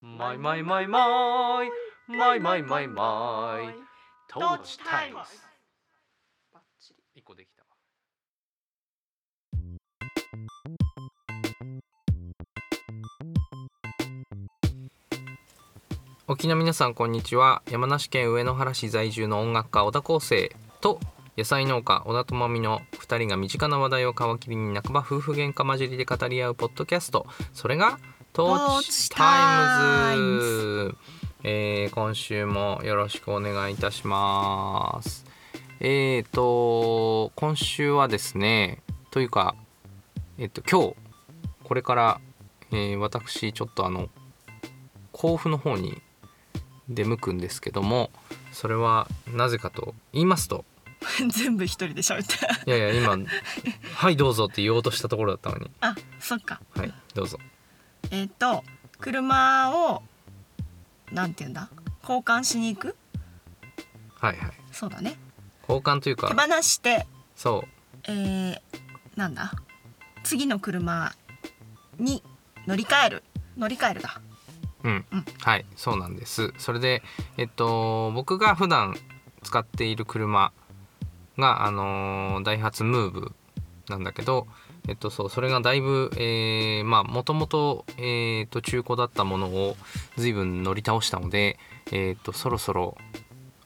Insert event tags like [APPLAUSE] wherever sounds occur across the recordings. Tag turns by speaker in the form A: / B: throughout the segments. A: マイマイマイマイマイマイマイマイトーチタイムス
B: バッチリ
A: 一個できたわ
C: 沖の皆さんこんにちは山梨県上野原市在住の音楽家小田康生と野菜農家小田智美の2人が身近な話題を皮切りに半ば夫婦喧嘩混じりで語り合うポッドキャストそれが「トーチタイムズ」えー今週もよろしくお願いいたしますえーと今週はですねというかえっと今日これから、えー私ちょっとあの甲府の方に出向くんですけどもそれはなぜかと言いますと
B: [LAUGHS] 全部一人で喋った
C: いやいや今「はいどうぞ」って言おうとしたところだったのに
B: [LAUGHS] あそっか
C: はいどうぞ
B: えっ、と車をなんて言うんだ交換しに行く
C: はいはい
B: そうだね
C: 交換という
B: 手
C: か
B: 放して
C: そ
B: えー、なんだ次の車に乗り換える乗り換えるだ
C: ううん、
B: うん
C: はいそうなんですそれでえっと僕が普段使っている車があのーダイハツムーブなんだけどえっとそうそれがだいぶえーまあもともとえーと中古だったものを随分乗り倒したのでえーとそろそろ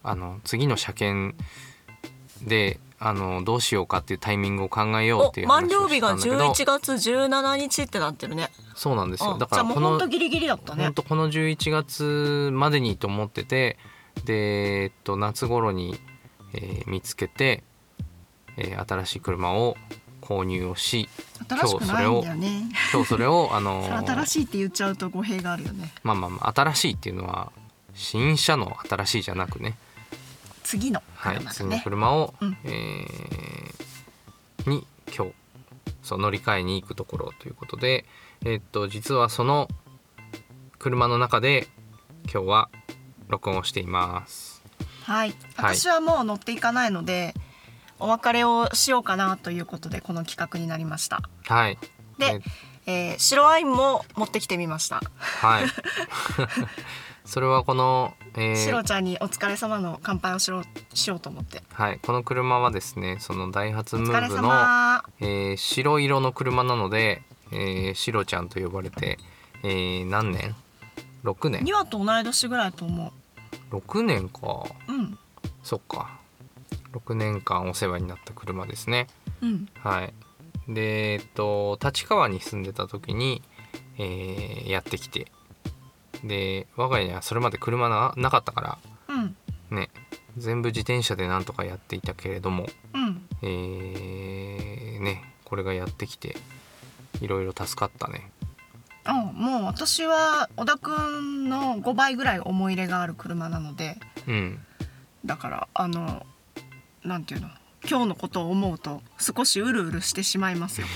C: あの次の車検であのどうしようかっていうタイミングを考えようっていう話をしてたんだけど
B: 月17日ってなってるね
C: そうなんですよ
B: あ
C: だ
B: じ
C: か
B: ゃあ
C: ら
B: もう
C: こ
B: ほん
C: の
B: とギリギリだったね
C: 本当この11月までにと思っててで、えっと、夏頃に、えー見つけて、えー新しい車を購入をし
B: 新しくないんだよね
C: 今日それ
B: [LAUGHS]
C: を、あの
B: それ
C: ー
B: 新しいって言っちゃうと語弊があるよね
C: まあまあまあ新しいっていうのは新車の新しいじゃなくね
B: 次の
C: はい、
B: 車だ
C: 次の
B: ね、
C: 車を、
B: うん
C: えーに今日そう乗り換えに行くところということで、えーっと実はその車の中で今日は録音をしています。
B: はい、
C: はい
B: 私はもう乗っていかないのでお別れをしようかなということでこの企画になりました
C: はい、
B: で
C: ね、
B: えー白ワインも持ってきてみました、 [LAUGHS]
C: はい、それはこの、えー
B: シロちゃんにお疲れ様の乾杯をしろしようと思って
C: はい、この車はですねそのダイハツ
B: お
C: ム
B: 疲
C: ー
B: れ
C: ブの
B: 様
C: えー白色の車なので、えー、シロちゃんと呼ばれて、えー何年 ?6 年
B: 2話と同い年ぐらいと思
C: ?6 年か
B: ううん
C: そっか6年間お世話になった車ですね
B: うん
C: はいでえっと立川に住んでた時に、えーやってきてで我が家にはそれまで車ななかったから
B: うん
C: ね全部自転車でなんとかやっていたけれども
B: うん
C: えーねこれがやってきていろいろ助かったね
B: あもう私は小田くんの5倍ぐらい思い入れがある車なので
C: うん
B: だからあのなんていうの今日のことを思うと少しうるうるしてしまいます
C: [LAUGHS]
B: よ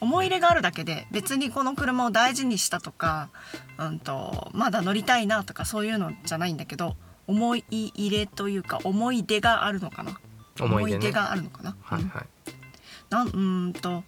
B: 思い入れがあるだけで別にこの車を大事にしたとか、うん、とまだ乗りたいなとかそういうのじゃないんだけど思い入れというか思い出があるのかな
C: 思い出ね
B: があるのかな、
C: はいはい、
B: なんうーんと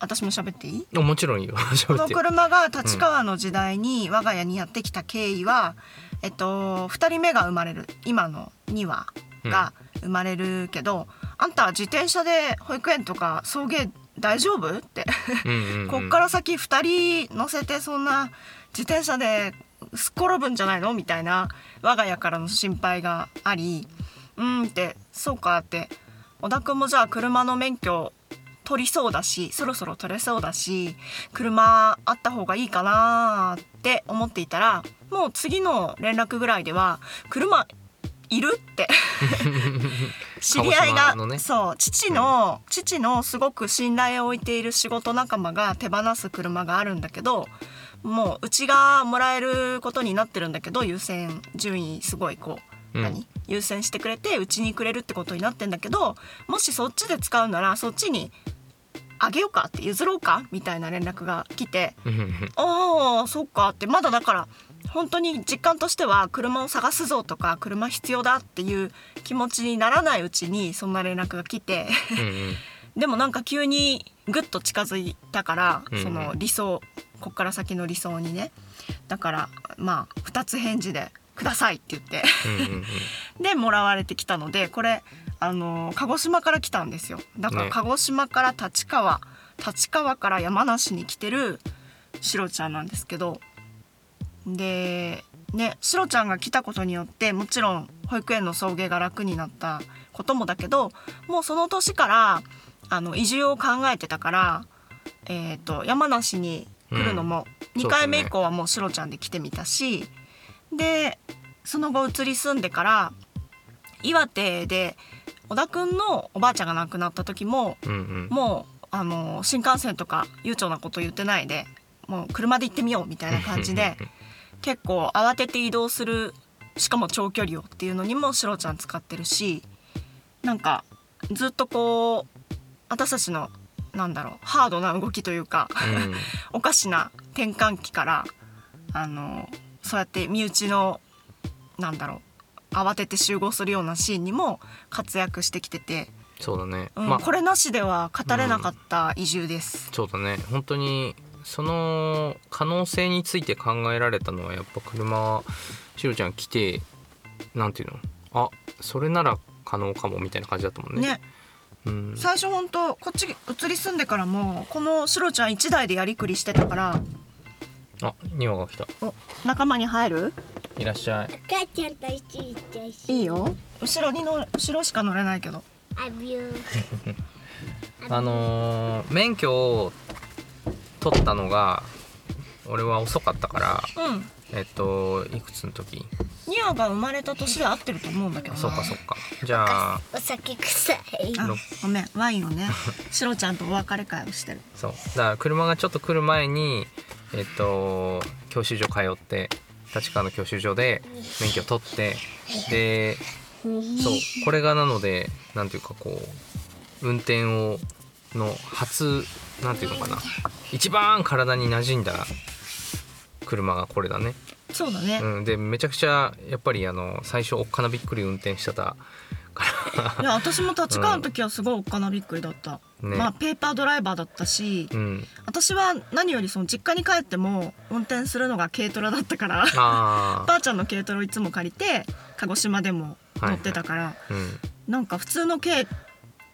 B: 私も喋っていい
C: もちろんいいよ
B: こ
C: 喋っ
B: の
C: て
B: 車が立川の時代に我が家にやってきた経緯は、えっと、2人目が生まれる今の2羽が生まれるけど、あんた自転車で保育園とか送迎大丈夫って、
C: うんうんうん
B: こっから先2人乗せてそんな自転車ですっ転ぶんじゃないのみたいな我が家からの心配がありうーんってそうかって小田君もじゃあ車の免許取りそうだしそろそろ取れそうだし車あった方がいいかなーって思っていたらもう次の連絡ぐらいでは車いるって
C: [LAUGHS]
B: 知り合
C: 鹿児
B: いが、
C: 島のね
B: そう父の、父のすごく信頼を置いている仕事仲間が手放す車があるんだけどもううちがもらえることになってるんだけど優先順位すごいこう
C: うん
B: 何優先してくれてうちにくれるってことになってんだけどもしそっちで使うならそっちにあげようかって譲ろうかみたいな連絡が来て
C: うんうんうん
B: ああそっかってまだだから本当に実感としては車を探すぞとか車必要だっていう気持ちにならないうちにそんな連絡が来て [LAUGHS]
C: うんうん
B: でもなんか急にぐっと近づいたから、
C: うんうん
B: その理想こっから先の理想にねだからまあ2つ返事で「ください」って言って
C: うんうんうん
B: でもらわれてきたのでこれあの鹿児島から来たんですよだから
C: ね
B: 鹿児島から立川、立川から山梨に来てるシロちゃんなんですけどでねシロちゃんが来たことによってもちろん保育園の送迎が楽になったこともだけどもうその年からあの移住を考えてたから、えー、と山梨に来るのも
C: うん
B: 2回目以
C: そうですね
B: 降はもうシロちゃんで来てみたし、でその後移り住んでから岩手で小田くんのおばあちゃんが亡くなった時も
C: うんうん
B: もうあの新幹線とか悠長なこと言ってないでもう車で行ってみようみたいな感
C: [LAUGHS]
B: じで結構慌てて移動するしかも長距離をっていうのにもシロちゃん使ってるしなんかずっとこう私たちのなんだろうハードな動きというか
C: うん
B: おかしな転換期からあのそうやって身内のなんだろう慌てて集合するようなシーンにも活躍してきてて、
C: そうだね、
B: うん
C: まあ
B: これなしでは語れなかった移住です。
C: そうだね本当にその可能性について考えられたのはやっぱ車しろちゃん来てなんていうのあそれなら可能かもみたいな感じだったもんね。
B: ね、
C: うん、
B: 最初本当こっち移り住んでからもこのシロちゃん1台でやりくりしてたから
C: あ2羽が来た
B: お仲間に入る
C: いらっしゃい
D: 母ちゃんと一緒に行っちゃうし
B: いいよ後ろにの後ろしか乗れないけど
D: アビュー
C: あのー免許を取ったのが俺は遅かったから
B: うん
C: えっといくつの時
B: ニアが生まれた年で合ってると思うんだけど
C: あ
B: な
C: そうかそうかじゃあ
D: お酒臭い
B: あごめんワインをねシロちゃんとお別れ会をしてる
C: そうだから車がちょっと来る前にえっと教習所通って立川の教習所で免許取ってでそうこれがなのでなんていうかこう運転をの初なんていうのかな一番体に馴染んだ車がこれだね、
B: そうだね、
C: うん、でめちゃくちゃやっぱりあの最初おっかなびっくり運転してたか
B: いや私も立川の時はすごいおっかなびっくりだった、
C: ね
B: まあペーパードライバーだったし、
C: ら [LAUGHS] うん
B: 私は何よりその実家に帰っても運転するのが軽トラだったから
C: ああ
B: ばあちゃんの軽トラをいつも借りて鹿児島でも乗ってたから、
C: うん
B: なんか普通の軽っ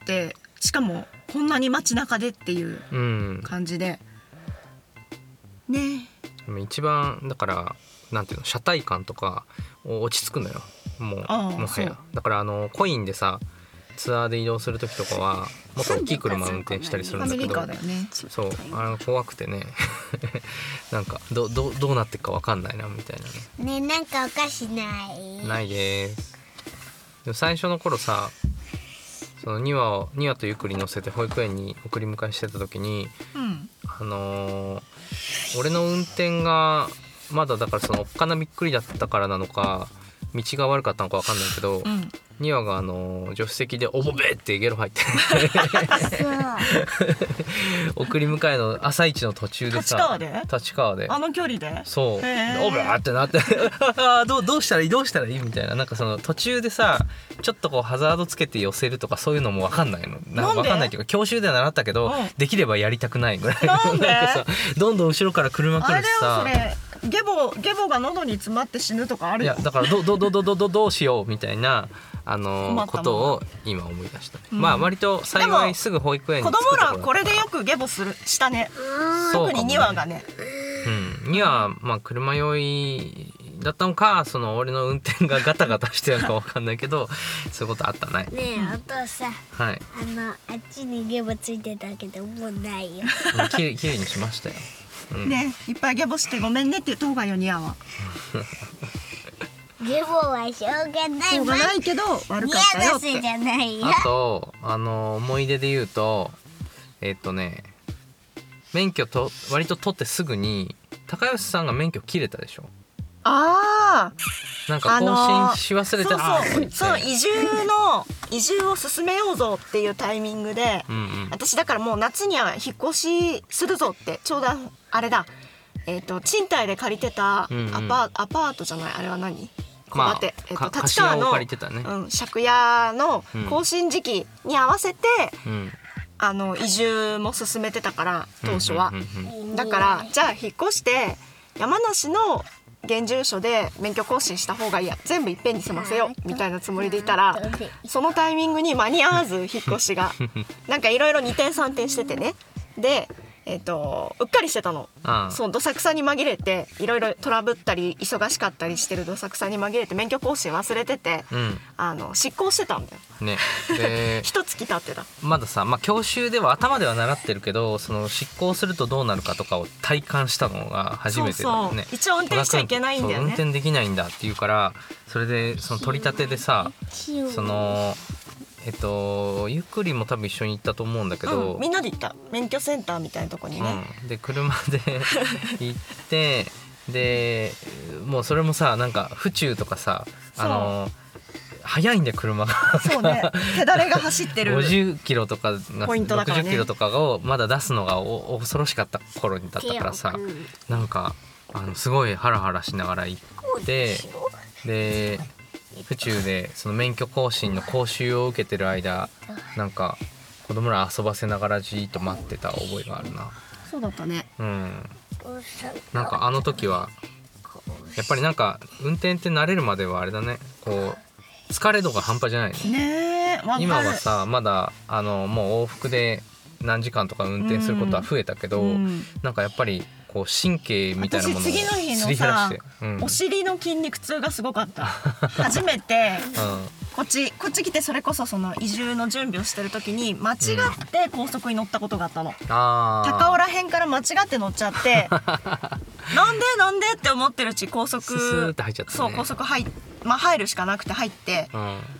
B: てしかもこんなに街中でっていう
C: うん
B: 感じでね
C: 一番だからなんていうの車体感とか落ち着くのよも
B: ああ
C: うもは
B: そう
C: やだからあのコインでさツアーで移動する時とかはもっと大きい車運転したりす
B: フ
C: るん
B: ァ
C: だ
B: ミ
C: け
B: リー
C: ど
B: カーだよね
C: そうあの怖くてね [LAUGHS] なんかどどどうなってっかわかんないなみたいなね
D: ねなんかおかしない
C: ないですでも最初の頃さその2羽を2羽とゆっくり乗せて保育園に送り迎えしてた時に
B: うん
C: あのー俺の運転がまだだからそのおっかなびっくりだったからなのか道が悪かったのかわかんないけど、
B: うん
C: ニワがあのー助手席で「おぼべ!」ってゲロ入って [LAUGHS]
D: そう
C: 送り迎えの朝一の途中でさ
B: 立川で
C: 立川で
B: あの距離で
C: そう
B: へ
C: で
B: ー
C: 「おべ!」ってなって [LAUGHS] 「どうどうしたらいいどうしたらいい?」みたいななんかその途中でさちょっとこうハザードつけて寄せるとかそういうのもわかんないのなん
B: なんで
C: かわかんないっていうか教習では習ったけど、
B: うん
C: できればやりたく [LAUGHS] ないぐらい
B: なんで
C: かさどんどん後ろから車
B: あ
C: 来
B: れ
C: るし
B: だ
C: さ
B: よそれゲボゲボが喉に詰まって死ぬとかある
C: い
B: よ
C: やだからどどどどどどどうしようみたいなあ
B: 困
C: の
B: ったもん
C: ことを今思い出した、
B: うん
C: まあ割と
B: で
C: 幸
B: も
C: いすぐ保育園に
B: 子
C: 着くと
B: 供ら
C: ころ
B: これでよくゲボするしたね
C: そう
B: 特
C: かも
B: に
C: ね
B: 2羽がね
C: うんにはまあ車酔いだったのかその俺の運転がガタガタしてるのかわかんないけどそういうことあったね
D: ねえお父さん
C: はい
D: あのあっちにゲボついてたけどもうな
B: [LAUGHS]
D: いよ
C: うんきれいきれいにしましたよ、うん
B: ねいっぱいゲボしてごめんねって言った方がいいよ2羽は
D: ゲボはしょうがない
B: しょうがないけど悪
D: ニ
B: かった
D: ア
B: よ
D: の
B: っ
D: せい
B: て
D: じゃないよ
C: あとあの思い出で言うとえっとね免許と割と取ってすぐに高吉さんが免許切れたでしょ
B: ああ
C: なんか更新し忘れて、あーと
B: そ
C: か
B: うそ
C: 言っ
B: う
C: て
B: その移住の移住を進めようぞっていうタイミングで
C: うんうん
B: 私だからもう夏には引っ越しするぞってちょうどあれだえっ、と賃貸で借りてたア
C: う
B: パ,、
C: んうん
B: アパートじゃないあれは何
C: まあ
B: 戸建て、えっ
C: か
B: と立
C: 貸し家
B: 川
C: を
B: の、
C: 借りてたね
B: うん、借家の
C: うん
B: 更新時期に合わせて、
C: うん
B: あの移住も進めてたから当初は、
C: うんうんうんうん
B: だからじゃあ引っ越して山梨の現住所で免許更新した方がいいや全部いっぺんに済ませようみたいなつもりでいたらそのタイミングに間に合わず引っ越しがなんかいろいろ二転三転しててねで、えっとうっかりしてたの
C: あ
B: そうどさくさに紛れていろいろトラブったり忙しかったりしてるどさくさに紛れて免許更新忘れてて、
C: う
B: あの執行してたんだよ
C: んねで
B: 一月経ってた
C: まださ、まあ、教習では頭では習ってるけどその執行するとどうなるかとかを体感したのが初めてだよね
B: そうそう一応運転しちゃいけないんだよね
C: そう運転できないんだっていうからそれでその取り立てでさそのえっとゆっくりも多分一緒に行ったと思うんだけど、
B: うん、みんなで行った免許センターみたいなとこにね、
C: うん、で車
B: [LAUGHS]
C: で行ってでもうそれもさなんか府中とかさあの速いんだよ車が
B: そうね手だれが走ってる
C: 50キロとかが
B: ポイントだからね
C: 60キロとかをまだ出すのがお恐ろしかった頃にだったからさなんかあのすごいハラハラしながら行ってで府中でその免許更新の講習を受けてる間なんか子供ら遊ばせながらじーっと待ってた覚えがあるな。
B: そうだったね
C: うん、なんかあの時はやっぱりなんか運転って慣れるまではあれだねこう疲れ度が半端じゃないね
B: ねえわかる
C: 今はさまだあのもう往復で何時間とか運転することは増えたけど、
B: うん
C: なんかやっぱりこう神経みたいなものをす
B: 私
C: り
B: 次の日のさ
C: 減らして、うん
B: お尻の筋肉痛がすごかった初めてこっちこっち来てそれこそその移住の準備をしてる時に間違って高速に乗ったことがあったの、
C: うん、あー
B: 高尾ら辺から間違って乗っちゃってなんでなんでって思ってるうち高速
C: スーって入っちゃったね
B: そう高速入,、まあ、入るしかなくて入って
C: う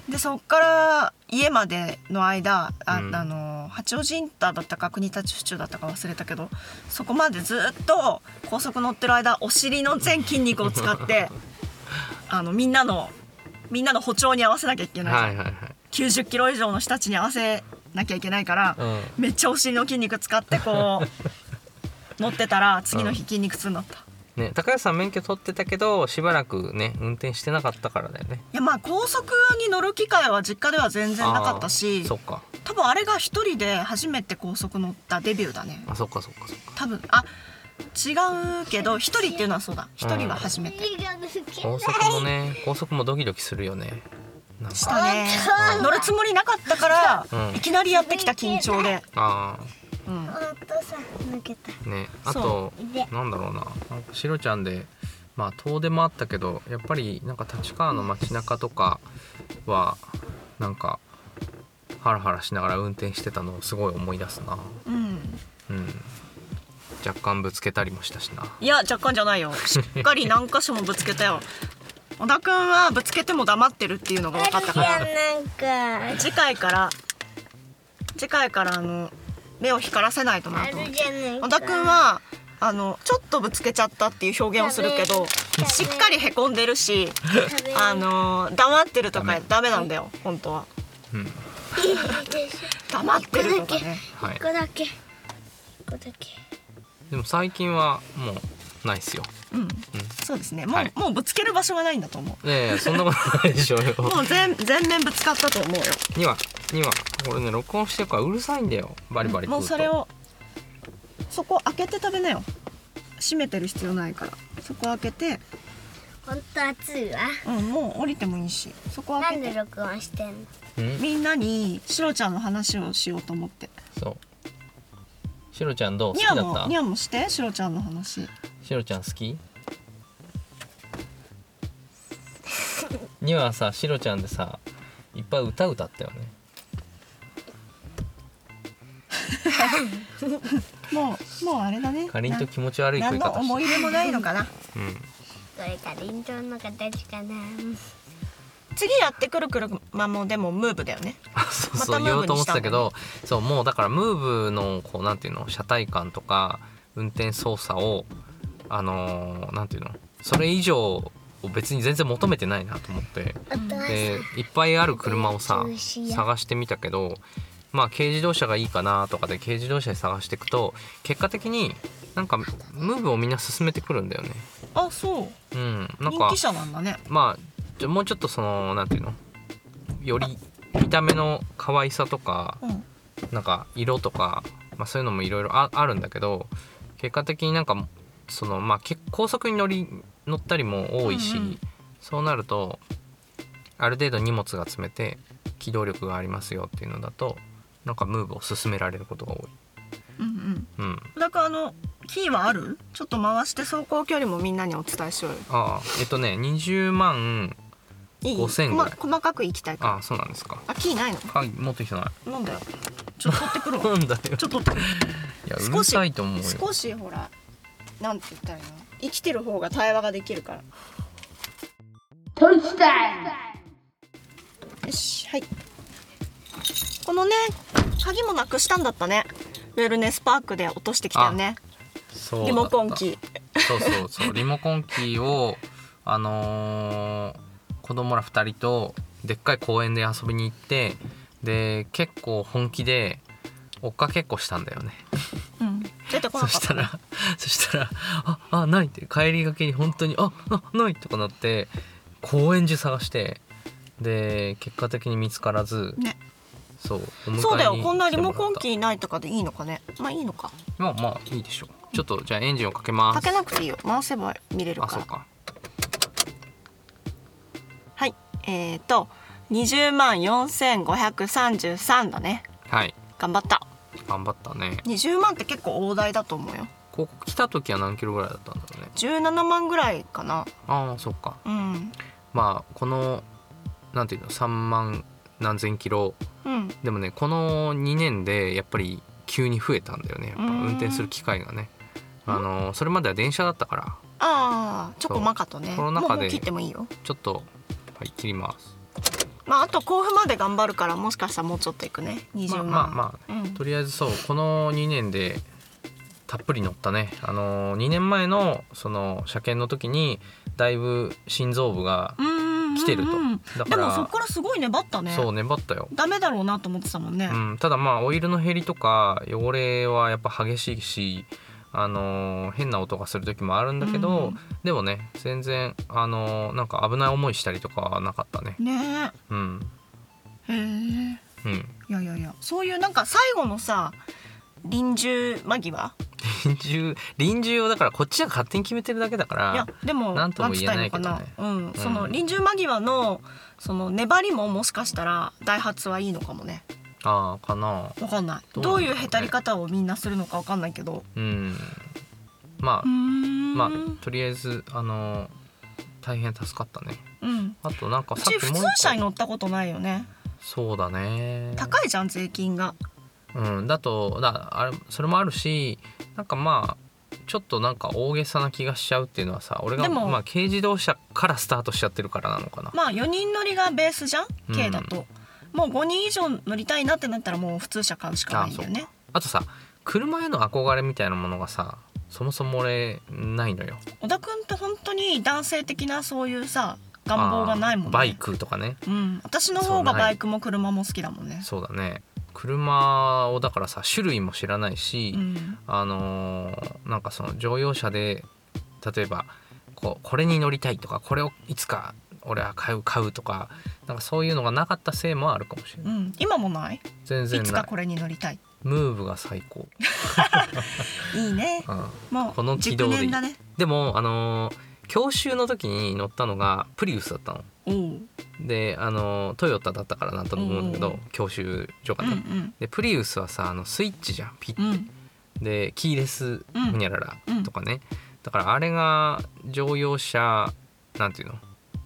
C: ん
B: でそっから家までの間あ、
C: うん
B: あの八王子インターだったか国立府中だったか忘れたけどそこまでずっと高速乗ってる間お尻の全筋肉を使って
C: [LAUGHS]
B: あのみんなのみんなの歩調に合わせなきゃいけないじゃん、
C: はいはいはい
B: 90キロ以上の人たちに合わせなきゃいけないから、
C: うん
B: めっちゃお尻の筋肉使ってこ
C: [LAUGHS]
B: う乗ってたら次の日筋肉痛になった。
C: ね、高橋さん免許取ってたけどしばらくね運転してなかったからだよね
B: いやまあ高速に乗る機会は実家では全然なかった
C: あ
B: し
C: ーそっか
B: 多分あれが一人で初めて高速乗ったデビューだね
C: あそっかそっかそっか
B: 多分あ違うけど一人っていうのはそうだ一人は初めて、
C: 高速もね高速もドキドキするよねなん
B: し
C: か
B: たね乗るつもりなかったから、
C: うん
B: いきなりやってきた緊張で、
C: あ
B: うん、
D: お父さん抜けた。
C: あねあと
B: そ
D: で
C: なんだろうななんかシロちゃんでまあ遠出もあったけどやっぱりなんか立川の街中とかはなんかハラハラしながら運転してたのをすごい思い出すな
B: うん、
C: うん若干ぶつけたりもしたしない
B: や若干じゃないよしっかり何箇所もぶつけたよ [LAUGHS] 小田くんはぶつけても黙ってるっていうのが分かったから
D: なんか。
B: 次回から次回からあの目を光らせないとなと思って
D: じゃない
B: 小田くんはあのちょっとぶつけちゃったっていう表現をするけど
D: ダメ
B: しっかりへこんでるしあの黙ってるとかダメなんだよ本当は
C: うん
B: 黙ってるとかね
C: はい
D: 個だけ。一個だけ。
C: でも最近はもうないっすよ
B: うんそうですねもう,、
C: はい
B: もうぶつける場所がないんだと思
C: ねえそんなことないでしょう
B: [LAUGHS]
C: よ
B: うもう全全面ぶつかったと思うよ
C: にはにはこれね録音してるからうるさいんだよバリバリ食うと
B: もうそれをそこ開けて食べなよ閉めてる必要ないからそこ開けて
D: 本当暑いわ。
B: うんもう降りてもいいしそこ
D: な
B: 開
D: ん
B: け
D: で
B: て
D: 録音してんの。
C: うん
B: みんなにシロちゃんの話をしようと思って
C: そうシロちゃんどう好
B: ニ
C: き
B: ャ
C: だ
B: ン
C: っ
B: も
C: た
B: ニャンもしてシロちゃんの話
C: しろちゃん好きにはさしろちゃんでさいっぱい歌歌ったよね
B: もうもうあれだね
C: かりんと
B: な
C: 気持ち悪い食
B: 何
C: い
B: の
C: 方し
B: 思い入れもないのかな
C: て、うん、
D: これかりんとうの形かな。
B: 次やってくるくるまもでもムーブだよね
C: あ [LAUGHS] そうそう、
B: またムーブに
C: 言おうと思ってたけど
B: し
C: そうもうだからムーブのこうなんていうの車体感とか運転操作をあのーなんていうのそれ以上を別に全然求めてないなと思って
D: お父さん。
C: でいっぱいある車をさ
D: どうしよう
C: 探してみたけどまあ軽自動車がいいかなとかで軽自動車で探していくと結果的になんかムーブをみんな進めてくるんだよね。
B: あそう
C: うん、なん
B: 人
C: か
B: 気者なんだね
C: まあちょもうちょっとそのなんていうのより見た目の可愛さとか
B: うん
C: なんか色とか、まあ、そういうのもいろいろああるんだけど結果的になんかそのまあけ高速に乗り乗ったりも多いし、
B: うんうん
C: そうなるとある程度荷物が積めて機動力がありますよっていうのだとなんかムーブを進められることが多い。
B: うんうん
C: うん、
B: 小田君あのキーはあるちょっと回して走行距離もみんなにお伝えしようよ
C: ああえっとね20万
B: いい
C: 5000ぐらい
B: 細細かくいきたいから
C: ああそうなんですか
B: あキーないの
C: 鍵持ってきてない
B: なんだよちょっと取ってくるわ
C: なんだよ
B: ちょっと取ってくる
C: いやう
B: 少
C: る
B: し
C: さいと思うよ
B: 少しほらなんて言ったらいいの生きてる方が対話ができるからよしはいこのね鍵もなくしたんだったねウェルネスパークで落としてきたよね
C: そうだった
B: リモコン機
C: そうそうそうリモコンキーをあのー子供ら2人とでっかい公園で遊びに行ってで結構本気で追っかけっこしたんだよね
B: うん出てこ
C: そ
B: なかっ
C: した
B: た
C: ら [LAUGHS] そしたら「ああない」って帰りがけに本当に「ああない」とかなって公園中探してで結果的に見つからず、
B: ね
C: そうお迎えに
B: そうだよこんなリモコン
C: ー
B: 機ないとかでいいのかねまあいいのか
C: まあまあいいでしょうちょっとじゃあエンジンをかけま
B: か
C: す
B: けなくていいよ回せば見れる
C: あ
B: か
C: そう
B: ら
C: か
B: はいえー、と20万4533だね
C: はい
B: 頑張った
C: 頑張ったね
B: 20万って結構大台だと思うよ
C: ここ来た時は何キロぐらいだったんだろうね
B: 17万ぐらいかな
C: ああそっか
B: うん
C: まあこのなんていうの3万何千キロ
B: うん
C: でもねこの2年でやっぱり急に増えたんだよねやっぱ
B: うーん
C: 運転する機会がねあのそれまでは電車だったから
B: ああチョコマカとね
C: コロナ禍で
B: もうもう切ってもいいよ
C: ちょっとはい切ります
B: まああと甲府まで頑張るからもしかしたらもうちょっといくね
C: まあ
B: 20万
C: まあまあ、
B: うん
C: とりあえずそうこの2年でたっぷり乗ったねあの2年前のその車検の時にだいぶ心臓部が
B: うんうんうんうん
C: 来てるとだ
B: で
C: から
B: もそっからすごい粘ったね
C: そう粘ったよ
B: ダメだろうなと思ってたもんね、
C: うん、ただまあオイルの減りとか汚れはやっぱ激しいし、あのー変な音がする時もあるんだけど、
B: うん
C: でもね全然、あのーなんか危ない思いしたりとかはなかったね。
B: ね
C: うん
B: えへえ
C: う
B: [LAUGHS]
C: ん、
B: いやいやいやそういうなんか最後のさ臨終間際
C: 臨終臨終をだからこっちが勝手に決めてるだけだか
B: い
C: ら
B: やでも
C: なんとも言えないけどね
B: んつったらいいのかなうん、そうの
C: ん
B: 臨終間際のその粘りももしかしたらダイハツはいいのかもね
C: ああかな
B: わかんないど
C: ど
B: う
C: うなんだろうね
B: いうへたり方をみんなするのかわかんないけど
C: うんまあ、
B: ま
C: まあとりあえず、あのー大変助かったね。
B: うん
C: あとなんか
B: う
C: さっ
B: ち
C: き
B: 普
C: もう
B: 通
C: 一
B: 車に
C: 個
B: 乗ったことないよね
C: そうだね
B: 高いじゃん税金が
C: うん、だとだあれそれもあるしなんかまあちょっとなんか大げさな気がしちゃうっていうのはさ俺が
B: でも
C: まあ、軽自動車からスタートしちゃってるからなのかな、
B: まあ4人乗りがベースじゃん
C: うん
B: 軽だと、もう5人以上乗りたいなってなったらもう普通車買うしかないんだよね
C: あとさ車への憧れみたいなものがさそもそも俺ないのよ
B: 小田君って本当に男性的なそういうさ願望がないもん
C: あ
B: ね
C: ーバイクとかね
B: うん私の
C: そ
B: 方
C: う
B: が
C: ない
B: バイクも車も好きだもんね
C: そうだね車をだからさ種類も知らないし、
B: うん
C: あのーなんかその乗用車で例えばこうこれに乗りたいとかこれをいつか俺は買う買うとかなんかそういうのがなかったせいもあるかもしれ
B: う
C: ない
B: ん今もない
C: 全
B: い
C: 然
B: つ
C: な
B: か
C: い
B: これに乗りたい
C: ムーブが最高、
B: いいね
C: うん、
B: もう
C: この軌道
B: 熟
C: で
B: 年だね
C: でもあのー教習の時に乗ったのがプリウスだったの
B: おううん
C: であのートヨタだったからなんとも思うんだけ
B: うん
C: ど
B: うん
C: 教習所
B: う
C: かな、
B: ん
C: でプリウスはさあのスイッチじゃんピッ
B: うんうん
C: でキーレス
B: うん
C: ほにゃら
B: うん
C: らとかね、だからあれが乗用車なんていうの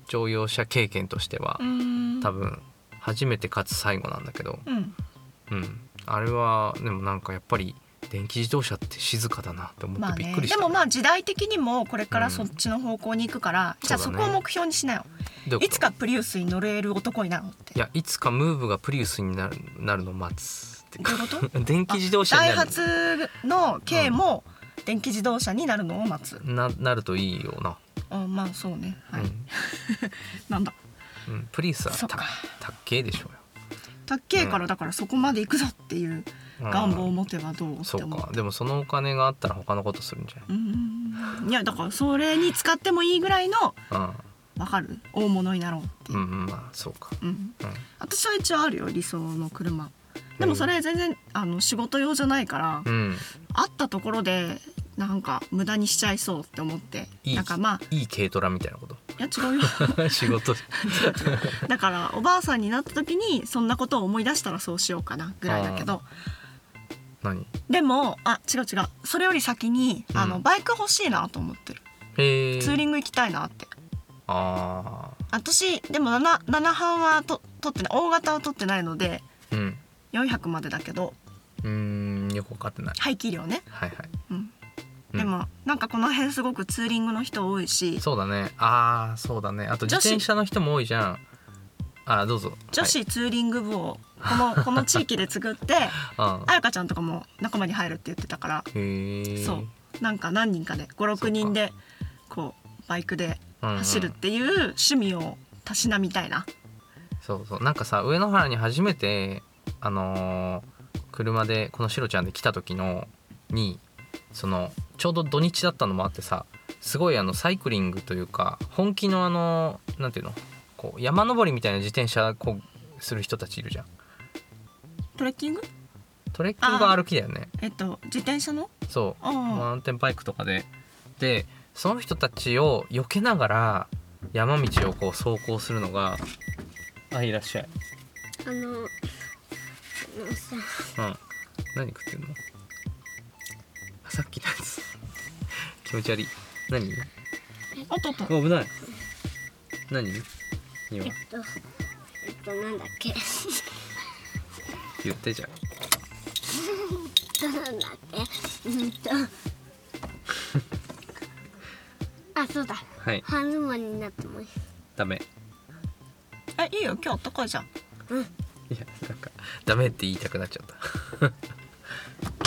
C: 乗用車経験としては
B: うん
C: 多分初めてかつ最後なんだけど、
B: うん
C: うん、あれはでもなんかやっぱり電気自動車って静かだなって思
B: ま
C: っ
B: あ
C: てびっ
B: ね
C: くりし
B: で
C: た、
B: もまあ時代的にもこれからそっちの方向に行くから、じゃあそ
C: そうだ
B: こ
C: ね
B: を目標にしなよ
C: どういうこと
B: いつかプリウスに乗れる男になろうって
C: いやいつかムーブがプリウスになるなるのを待つって
B: どういう
C: [LAUGHS]
B: こと
C: 電気自動車
B: ダ
C: に
B: イ
C: な
B: ハ
C: る
B: ツの軽も電気自動車になるのを待つ、
C: ななるといいよな、
B: あまあそうねはい、
C: うん
B: なんだ
C: うんプリウスは
B: そ
C: た
B: っか
C: たっけえでしょ
B: たっけえからだからそこまで行くぞっていう
C: うよ、うん
B: 願望を持てばどうって
C: そう
B: 思う
C: かでもそのお金があったら他のことするんじ
B: うーんいやだからそれに使ってもいいぐらいの
C: ゃない、うん
B: わかる大物になろうっていうう、
C: んうんまあそうか、
B: うん、
C: うん、
B: 私は一応あるよ理想の車でもそれ全然あの仕事用じゃないから、
C: うん
B: あったところでなんか無駄にしちゃいそうって思って
C: いい
B: なんかまあ
C: いい軽トラみたいなこと [LAUGHS]
B: いや違うよ
C: 仕事
B: だからおばあさんになった時にそんなことを思い出したらそうしようかなぐらいだけど
C: 何
B: でもあ違う違うそれより先に、あ
C: う
B: の
C: ん
B: バイク欲しいなと思ってる
C: へえ
B: ツーリング行きたいなって
C: あ
B: 私でも 7, 7班はと取ってない大型は取ってないので
C: ーうん
B: 400までだけど
C: うーんよくわかってない
B: 排気量ね、
C: はいはい
B: うん
C: うん
B: でもなんかこの辺すごくツーリングの人多いし
C: そうだねああそうだねあと自
B: 女子
C: 転車の人も多いじゃんあーどうぞ
B: 女子ツーリング部をこのこの地域で作って
C: はい、あ
B: 彩香ちゃんとかも仲間に入るって言ってたから
C: ーへえ
B: そうなんか何人かで56人でこうバイクで走るっていう趣味をたしなみたいな
C: そうそうなんかさ上野原に初めてあのー車でこのシロちゃんで来た時のにそのちょうど土日だったのもあってさすごいあのサイクリングというか本気のあのなんていうのこう山登りみたいな自転車こうする人たちいるじゃん
B: トレッキング
C: トレッキングは歩きだよね
B: えっと自転車の
C: そう
B: うん
C: マウンテンバイクとかででその人たちを避けながら山道をこう走行するのがあいらっしゃい
D: あのあのさ
C: うん。何食ってんの？あさっきのやつ。 [LAUGHS] 気持ち悪い。何？
B: おっとっと
C: あ危ない。何？今
D: えっとえっとなんだっけ
C: 言ってじゃん。
D: なんだっけうん
B: [LAUGHS]
D: とあそうだ
C: はい。
D: 半ズボンになってます
C: ダメ。
B: えいいよ今日あったかいじゃん
C: いやなんかダメって言いたくなっちゃっ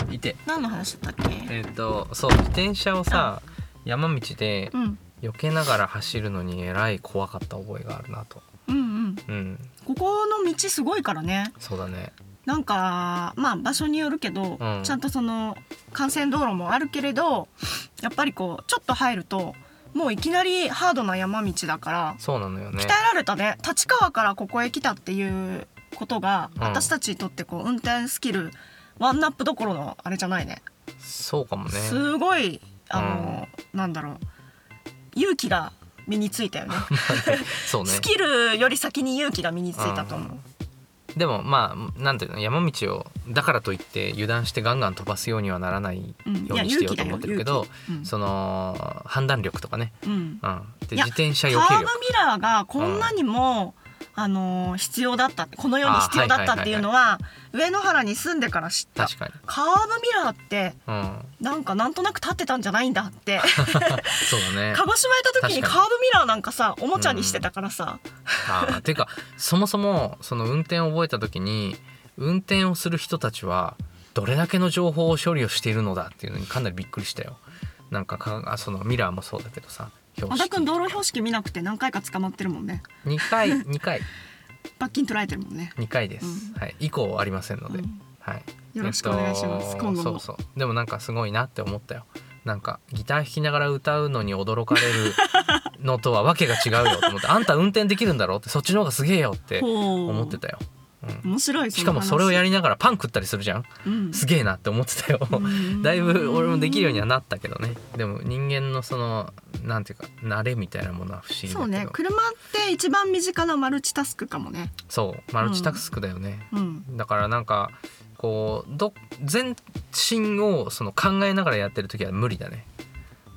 C: た。 [LAUGHS] いて。
B: 何の話だったっけ
C: えっ、とそう自転車をさ山道で
B: うん
C: 避けながら走るのにえらい怖かった覚えがあるなと。
B: うんうん
C: うん。
B: ここの道すごいからね
C: そうだね。
B: なんかまあ場所によるけど、
C: うん
B: ちゃんとその幹線道路もあるけれどやっぱりこうちょっと入るともういきなりハードな山道だから
C: そうなのよね。
B: 鍛えられたね立川からここへ来たっていうことが、
C: うん
B: 私たちにとってこう運転スキルワンナップどころのあれじゃないね
C: そうかもね。
B: すごいあの、なんだろう勇気が身についたよね
C: [LAUGHS] [LAUGHS] そうね。
B: スキルより先に勇気が身についたと思う、
C: でもまあなんていうの山道をだからといって油断してガンガン飛ばすようにはならないよ
B: う
C: うん
B: いや
C: にしてようと
B: 勇気だよ
C: 思ってるけど、
B: 勇気うん
C: その判断力とかね、
B: うん、
C: うん、で
B: いや
C: 自転車
B: カ
C: 避
B: ー
C: け
B: ブ
C: る
B: ミラーがこんなにも、あのー必要だったこの世に必要だったっていうのは上野原に住んでから知った
C: 確かに、
B: カーブミラーって
C: うん、
B: なんかなんとなく立ってたんじゃないんだって
C: そうだ [LAUGHS] ね
B: 鹿児島行った時にカ
C: 確か
B: ー
C: に
B: ブミラーなんかさおもちゃにしてたからさ、
C: あーていうかそもそもその運転を覚えた時に運転をする人たちはどれだけの情報を処理をしているのだっていうのにかなりびっくりしたよなんかかあそのミラーもそうだけどさ標
B: 小田
C: 識
B: 君道路標識見なくて何回か捕まってるもんね
C: 2回2回
B: 罰金取られてるもんね、
C: 2回です、
B: う
C: はい、以降はありませんの
B: う
C: で、
B: ん
C: はい、
B: よろしくお願いしま
C: えっ
B: す
C: と
B: 今後も
C: そうそうでもなんかすごいなって思ったよなんかギター弾きながら歌うのに驚かれるのとはわけが違うよと思ってあんた運転できるんだろうってそっちの方がすげえよって
B: ほう
C: 思ってたよ、うん、
B: 面白い
C: しかもそれをや
B: り、
C: りながらパン食ったりするじゃん
B: うん
C: すげえなって思ってたよ
B: うん
C: だいぶ俺もできるようにはなったけどねでも人間のそのなんていうか慣れみたいなものは不思議だけど
B: そうね車って一番身近なマルチタスクかもね
C: そうマルチタスクだよね、
B: うん
C: だからなんかこうど全身をその考えながらやってる時は無理だね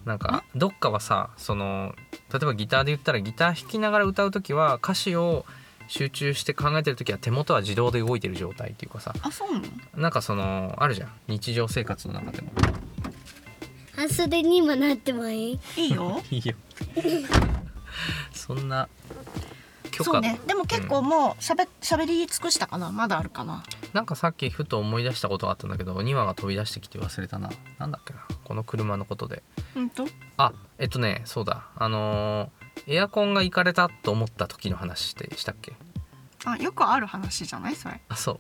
C: なんかどっかはさその例えばギターで言ったらギター弾きながら歌う時は歌詞を集中して考えてる時は手元は自動で動いてる状態っていうかさ
B: あそうなの
C: なんかそのあるじゃん日常生活の中でも
D: 半袖にもなってもいい
B: いい [LAUGHS] よ
C: [LAUGHS] いいよそんな許可
B: そうねでも結構もうしゃべ,、しゃべり尽くしたかなまだあるかな
C: なんかさっきふと思い出したことがあったんだけど2話が飛び出してきて忘れたななんだっけなこの車のことで
B: うんと
C: あえっとねそうだあのーエアコンがいかれたと思った時の話してしたっけ
B: あよくある話じゃないそれ
C: あそ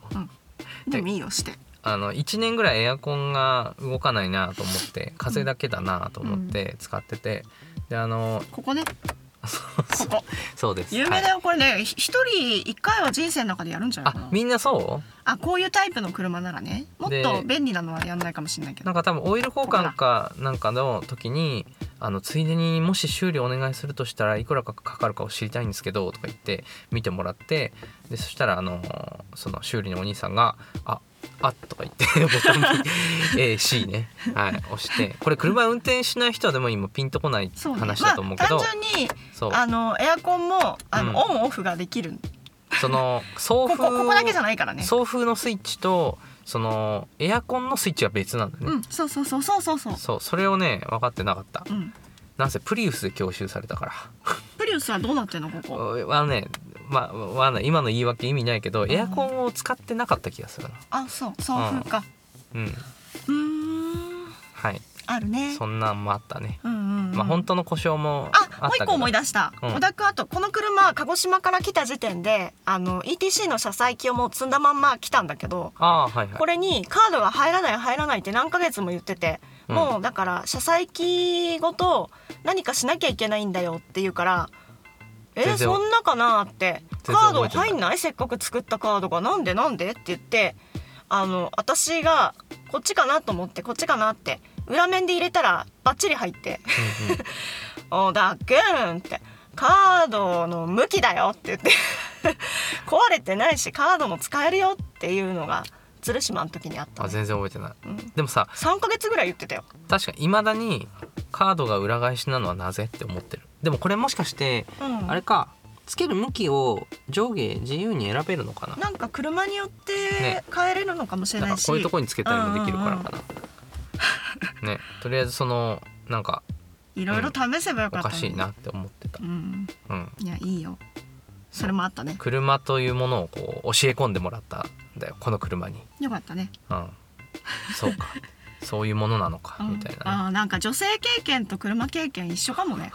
C: う
B: でもいいよして
C: あの1年ぐらいエアコンが動かないなと思って風だけだなと思って使ってて、であの
B: ここね
C: あ
B: ここ
C: そうです
B: 有名
C: は
B: だ
C: い
B: よ、これねひ一人一回は人生の中でやるんじゃないか
C: あ
B: な
C: みんなそ
B: あこういうタイプの車ならねもっと
C: で
B: 便利なのはやんないかもしれないけ
C: うな
B: ど
C: んか多分オイル交換かなんかの時にあのついでにもし修理お願いするとしたらいくらかかかるかを知りたいんですけどとか言って見てもらってでそしたらあのその修理のお兄さんが「ああとか言って [LAUGHS] ボタンに AC ね、はい、押してこれ車運転しない人はでも今ピンとこない
B: そうね
C: 話だと思うけ
B: ま
C: ど、
B: あ、単純に
C: そう
B: あのエアコンもあの、
C: う
B: オンオフができる
C: その送
B: ここ
C: 風
B: ここだけじゃないからね
C: 送風のスイッチとそのエアコンのスイッチは別なんだね、
B: うんそうそうそうそうそうそう
C: そうそれをね分かってなかった
B: うん
C: なんせプリウスで教習されたから
B: プリウスはどうなってんのここ
C: あのねまあ、まあね、今の言い訳意味ないけどエアコンを使ってなかった気がするな
B: あそう送風か
C: うん
B: うーん
C: はい
B: あるね
C: そんなんもあったね
B: うんうん、うん、
C: まあ本当の故障もあったけど
B: あもう一個思い出した、
C: うん
B: 小田君あとこの車鹿児島から来た時点であの ETC の車載機をもう積んだまんま来たんだけど
C: あーはいはい
B: これにカードが入らない入らないって何ヶ月も言ってて、
C: うん
B: もうだから車載機ごと何かしなきゃいけないんだよって言うからえ
C: 全然
B: そんなかなってカ
C: 全然
B: ー
C: 覚
B: ド
C: えてない
B: 入んないせっかく作ったカードがなんでなんでって言ってあの私がこっちかなと思ってこっちかなって裏面で入れたらバッチリ入って [LAUGHS]
C: うんうん
B: 「小田君」って「カードの向きだよ」って言って [LAUGHS] 壊れてないしカードも使えるよっていうのが鶴島の時にあった
C: あ
B: の
C: 全然覚えてない
B: うん
C: でもさ
B: 3ヶ月ぐらい言ってたよ
C: 確かいまだにカードが裏返しなのはなぜって思ってるでもこれもしかして
B: うん
C: あれかつける向きを上下自由に選べるのかな
B: なんか車によって
C: ね
B: 変えれるのかもしれ
C: だか
B: な
C: ら
B: いし、
C: こういうとこにつけたりもできるからかな、ねとりあえずそのなんか
B: いろいろ試せばよ
C: お
B: かった
C: か
B: のに
C: しいなって思ってた
B: う、ん
C: うん、
B: いやいいよそれもあったね
C: 車というものをこう教え込んでもらったんだよこの車に、
B: よかったね、
C: うん、そう
B: [LAUGHS]
C: かそういうものなのか
B: うん
C: みたいなね、
B: あーなんか女性経験と車経験一緒か
C: [LAUGHS]
B: もね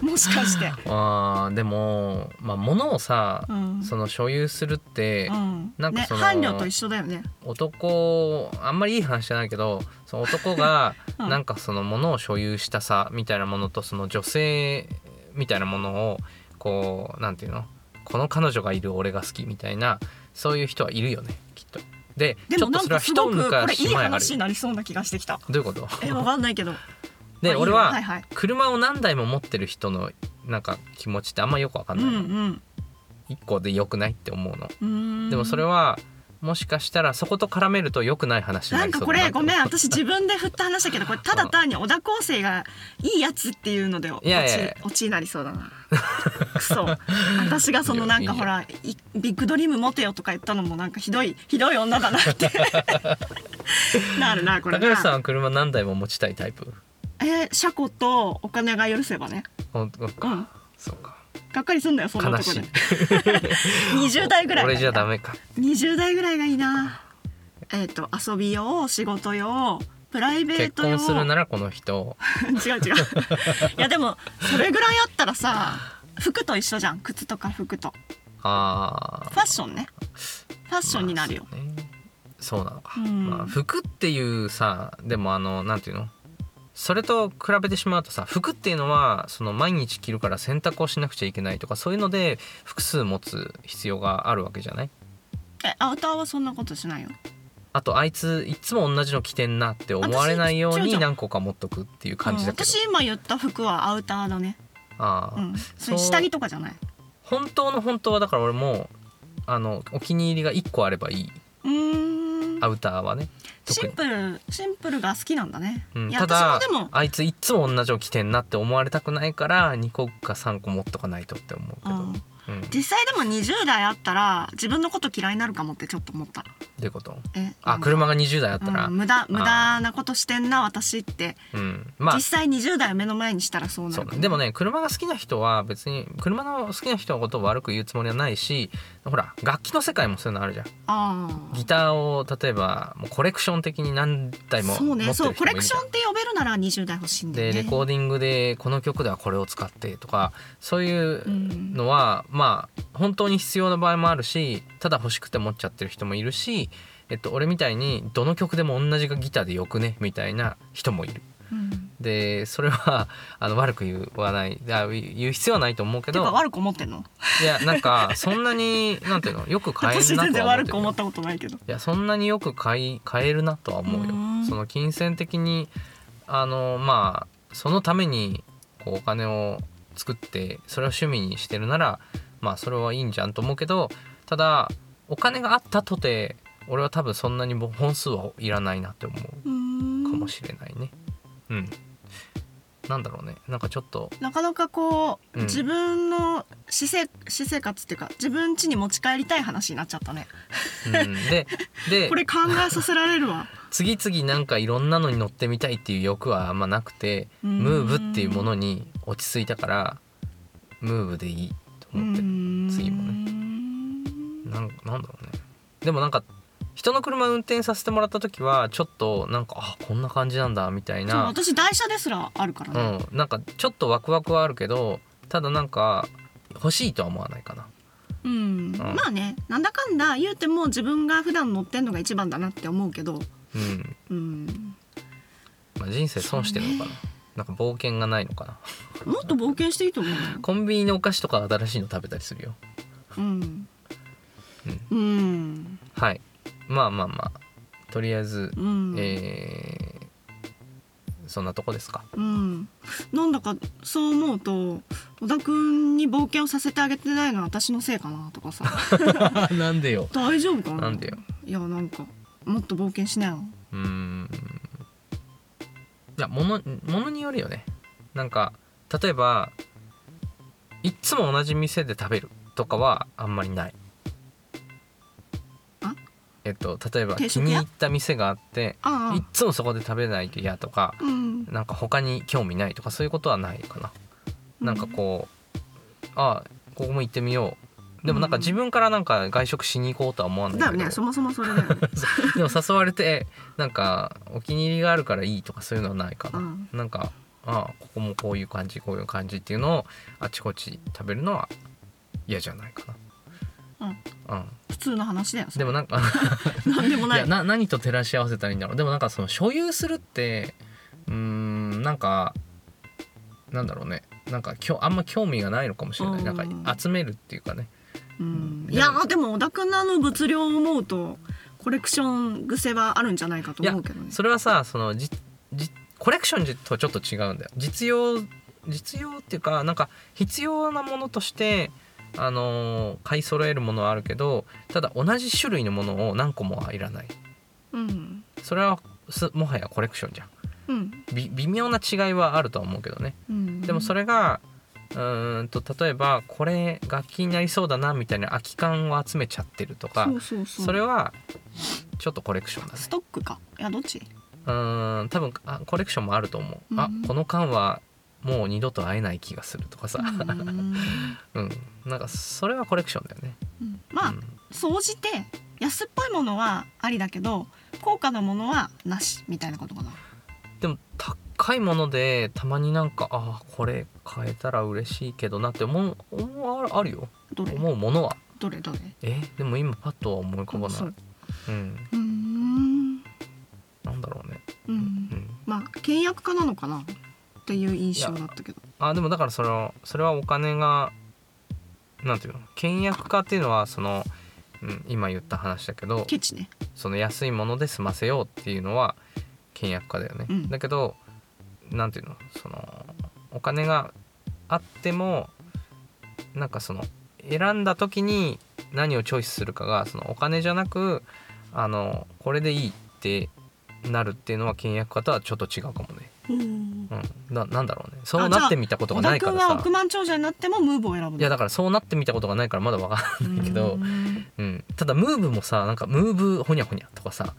B: もしかして
C: あーでも、まあ、物をさ、
B: うん
C: その所有するって、
B: うん
C: なんか
B: ね
C: その
B: 伴侶と一緒だよね
C: 男あんまりいい話じゃないけどその男が
B: [LAUGHS] うん
C: なんかそのものを所有したさみたいなものとその女性みたいなものをこうなんていうのこの彼女がいる俺が好きみたいなそういう人はいるよねきっと。で
B: で
C: ちょ
B: も
C: っと
B: な
C: それは
B: んかす
C: 一
B: ごくこれい
C: 昔
B: い
C: 前ある
B: 話になりそうな気がしてき
C: [LAUGHS]
B: た
C: どういうこと
B: えわかんないけど
C: で
B: まあいいよ
C: 俺は
B: はいはい
C: 車を何台も持ってる人のなんか気持ちってあんまよくわか
B: うん
C: ないの、
B: ん
C: 一個で良くないって思うの。
B: うんうーん
C: でもそれはもしかしたらそこと絡めると良くない話に
B: な
C: なんりそう
B: か
C: だ
B: こ
C: な
B: れ
C: って思
B: ご
C: う
B: めん私自分で振った話だけどこれただ単に小田康生がいいやつっていうので落
C: いやいやいや
B: ち落ちになりそう
C: [LAUGHS]
B: だなくそ私がそのなん
C: いい
B: か
C: よ
B: ほらいビッグドリーム持てよとか言ったのもなんかひどいひどい女だなって
C: [LAUGHS]
B: なるなこれ
C: 高橋さん
B: な
C: は車何台も持ちたいタイプ
B: えー車庫とお金が許せばね
C: 本当
B: う
C: か、
B: ん
C: そうか
B: がっかりすんだよそんな
C: 悲
B: とこ
C: し
B: で
C: い
B: 20代ぐらいが
C: 俺
B: いい
C: じゃ
B: な
C: ダメか
B: 20代ぐらいがいいなえっ、と遊び用仕事用プライベー
C: 結
B: ト用
C: 婚するならこの人
B: [LAUGHS] 違う違ういやでもそれぐらいあったらさ服と一緒じゃん靴とか服と
C: ああ
B: ファッションねファッションになるよ、
C: まあそうねそうなのか、
B: うん
C: まあ、服っていうさでもあのなんていうのそれと比べてしまうとさ服っていうのはその毎日着るから洗濯をしなくちゃいけないとかそういうので複数持つ必要があるわけじゃない
B: えアウターはそんなことしないよ
C: あとあいついつも同じの着てんなって思われないよう
B: 私一緒じ
C: に
B: ゃん
C: 何個か持っとくっていう感じだけ
B: うん
C: ど、
B: 私今言った服はアウターだね
C: あ
B: う
C: あ
B: んそれ
C: そう
B: 下着とかじゃない
C: 本当の本当はだから俺もあのお気に入りが1個あればいいう
B: ーん
C: アウターはね
B: シ
C: 特
B: ン
C: に、
B: プルシンプルが好きなんだね、
C: うん、
B: いや
C: た
B: 私
C: だ
B: もでも
C: あいついっつも同じを着てんなって思われたくないから2個か3個持っとかないとって思うけど、
B: う
C: う
B: ん
C: んど
B: 実際でも20代あったら自分のこと嫌いになるかもってちょっと思った
C: ういうこと
B: え
C: あ車が20代あったら、
B: う
C: うんん
B: 無駄無駄なことしてんな私って
C: まあ
B: 実際20代を目の前にしたらそうな
C: そ
B: る
C: う
B: か
C: ねでもね車が好きな人は別に車の好きな人のことを悪く言うつもりはないしほら楽器の世界もそういうのあるじゃん
B: あ
C: ギターを例えばもうコレクション的に何
B: あ
C: 台も
B: そ
C: 持
B: う
C: って
B: ね
C: る人
B: そうコ
C: もい
B: レ
C: る
B: ク
C: じ
B: シ
C: ゃん
B: ョンって呼べるなら20代欲しいんだよ
C: で
B: ね
C: レコーディングでこの曲ではこれを使ってとかそういう
B: うん
C: のは、まあ本当に必要な場合もあるしただ欲しくて持っちゃってる人もいるし、えっと、俺みたいにどの曲でも同じギターでよくねみたいな人もいる
B: うん
C: でそれはあの悪く言わないあ言う必要はないと思うけ
B: て
C: ど
B: か悪く思ってんの
C: いやなんかそんなになんていうのよく買え
B: 私
C: るな
B: 全
C: と
B: 然
C: は思
B: 悪
C: って
B: く
C: る
B: 思
C: よ
B: ったことないけど
C: いやそんなによく買い買えるなとは思うよ
B: うん
C: その金銭的にあのまあそのためにこうお金を作ってそれを趣味にしてるならまあそれはいいんじゃんと思うけどただお金があったとて俺は多分そんなに本数はいらないなって思う
B: うー
C: かも
B: ん
C: しれないねうんなんだろうねなんかちょっと
B: なかなかこう、
C: うん
B: 自分の私生私生活っていうか自分家に持ち帰りたい話になっちゃったね
C: うんでで
B: [LAUGHS] これ考えさせられ
C: [LAUGHS]
B: るわ
C: 次々なんかいろんなのに乗ってみたいっていう欲はあんまなくて
B: うん
C: ムーブっていうものに落ち着いたからムーブでいいと思ってる次も
B: ね
C: なんなんだろうねでもなんか人の車運転させてもらった時はちょっとなんかあこんな感じなんだみたい
B: そう
C: な
B: 私台車ですらあるからね、
C: うん、なんかちょっとワクワクはあるけどただなんか欲しいとは思わないかな
B: うんまあねなんだかんだ言うても自分が普段乗ってんのが一番だなって思うけど
C: うん、
B: うん
C: まあ、人生損してるのかな、なんか冒険がないのかな
B: もっと冒険していいと思うよ
C: コンビニのお菓子とか新しいの食べたりするよ
B: うんうん
C: はいまあまあまあとりあえず、
B: うん、
C: えーそんなとこですか
B: うん、なんだかそう思うと小田君に冒険をさせてあげてないのは私のせいかなとか [LAUGHS] さ
C: [LAUGHS] なんでよ
B: 大丈夫かな
C: なんでよ
B: いやなんかもっと冒険しなよ
C: うーんいやものものによるよねなんか例えばいっつも同じ店で食べるとかはあんまりない
B: あ
C: えっと例えば
B: 定
C: 気
B: 食屋
C: に入った店があって
B: あ
C: いっつもそこで食べないと嫌とか
B: あうん
C: なんか他に興味ないとかそういうことはないかななんかこうあここも行ってみようでもなんか
B: うん
C: 自分からなんか外食しに行こうとは思わない
B: だよ
C: けど
B: ねそもそもそれ [LAUGHS] だよね
C: [LAUGHS] でも誘われてなんかお気に入りがあるからいいとかそういうのはないかな、
B: うん
C: なんかああここもこういう感じこういう感じっていうのをあちこち食べるのは嫌じゃないかな、うん、
B: 普通の話だよそ
C: で
B: れ
C: もなんか
B: なんでも
C: い
B: ない
C: やな何と照らし合わせたらいいんだろうでもなんかその所有するってうーんなんかなんだろうねなんかきょあんま興味がないのかもしれない、
B: うん
C: なんか集めるっていうかね
B: うん
C: でも
B: いやでも小田君のあの物量を思うとコレクション癖はあるんじゃないかと思うけどね
C: それはさそのじじコレクションとはちょっと違うんだよ実用実用っていうかなんか必要なものとしてあのー買い揃えるものはあるけどただ同じ種類のものを何個もはいらない
B: うん
C: それはすもはやコレクションじゃん
B: うん
C: び微妙な違いはあるとは思うけどね
B: うん
C: でもそれがうーんと例えばこれ楽器になりそうだなみたいな空き缶を集めちゃってるとか
B: そうそうそう
C: それはちょっとコレクションだね
B: ストックかいやどっち
C: うーん多分あコレクションもあると思う、
B: うん
C: あこの缶はもう二度と会えない気がするとかさ、
B: うん
C: [LAUGHS] うんなんかそれはコレクションだよね、
B: うんまあ総じて安っぽいものはありだけど高価なものはなしみたいなことかな
C: うん、でも高いものでたまになんかあこれ買えたら嬉しいけどなって思う思うああるよ
B: どれ
C: 思うものは
B: どれどれ
C: えでも今パッとは思い浮かば
B: そ
C: ないううん
B: うーん
C: なんだろうね、
B: う
C: うんん、
B: まあ倹約家なのかなっていう印象だったけど
C: あでもだからそのそれはお金がなんていうの倹約家っていうのはその、うん、今言った話だけど
B: ケチね
C: その安いもので済ませようっていうのは倹約家だよね、
B: うん
C: だけどなんていうのそのお金があってもなんかその選んだ時に何をチョイスするかがそのお金じゃなくあのこれでいいってなるっていうのは倹約家とはちょっと違うかもね、
B: うん
C: うん、ななんだろうねそうなってみたことが
B: 小
C: な
B: 田
C: いか
B: 君
C: ら
B: は
C: さ
B: 億万長者になってもムーブを選ぶの
C: いやだからそうなってみたことがないからまだわかんないけど、
B: うん
C: うん、ただムーブもさなんかムーブほにゃほにゃとか
B: [LAUGHS]
C: さ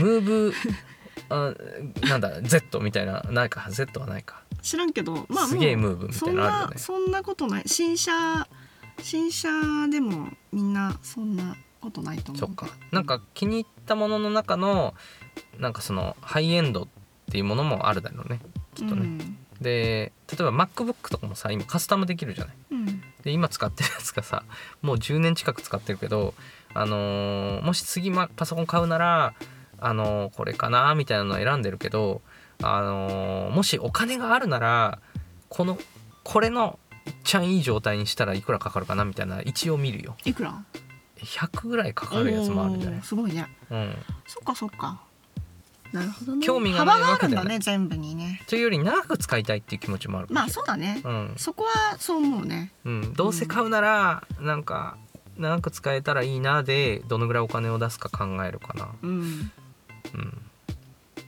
C: ムーブあなんだ Z みたいなないか Z はないか、
B: 知らんけどまあ
C: すげえ
B: も
C: ムー
B: う
C: ブみたいなのあるよね
B: そんなそんなことない新車新車でもみんなそんなことないと思
C: そうっかなんか気に入ったものの中のなんかそのハイエンドっていうものもあるだろうねきっとね、で例えば MacBook とかもさ今カスタムできるじゃない
B: うんうん
C: で今使ってるやつがさもう10年近く使ってるけど、あのーもし次まパソコン買うなら、あのーこれかなみたいなのを選んでるけどあのーもしお金があるならこのこれのいっちゃんいい状態にしたらいくらかかるかなみたいな一応見るよ
B: いくら
C: 100ぐらいかかるやつもあるんじゃない
B: おーすごいね
C: うん、
B: そっかそっかなるほどね
C: 興味がない
B: 幅が
C: わ
B: あ
C: け
B: るん
C: では
B: だ
C: ない
B: ね全部にね
C: というより長く使いたいっていう気持ちもあるか
B: ま
C: も
B: あ
C: し
B: そうだね
C: れないうん
B: そこはそう思うね
C: うん、どうせ買うならなんか長く使えたらいいなでどのぐらいお金を出すか考えるかな、
B: うん
C: うん、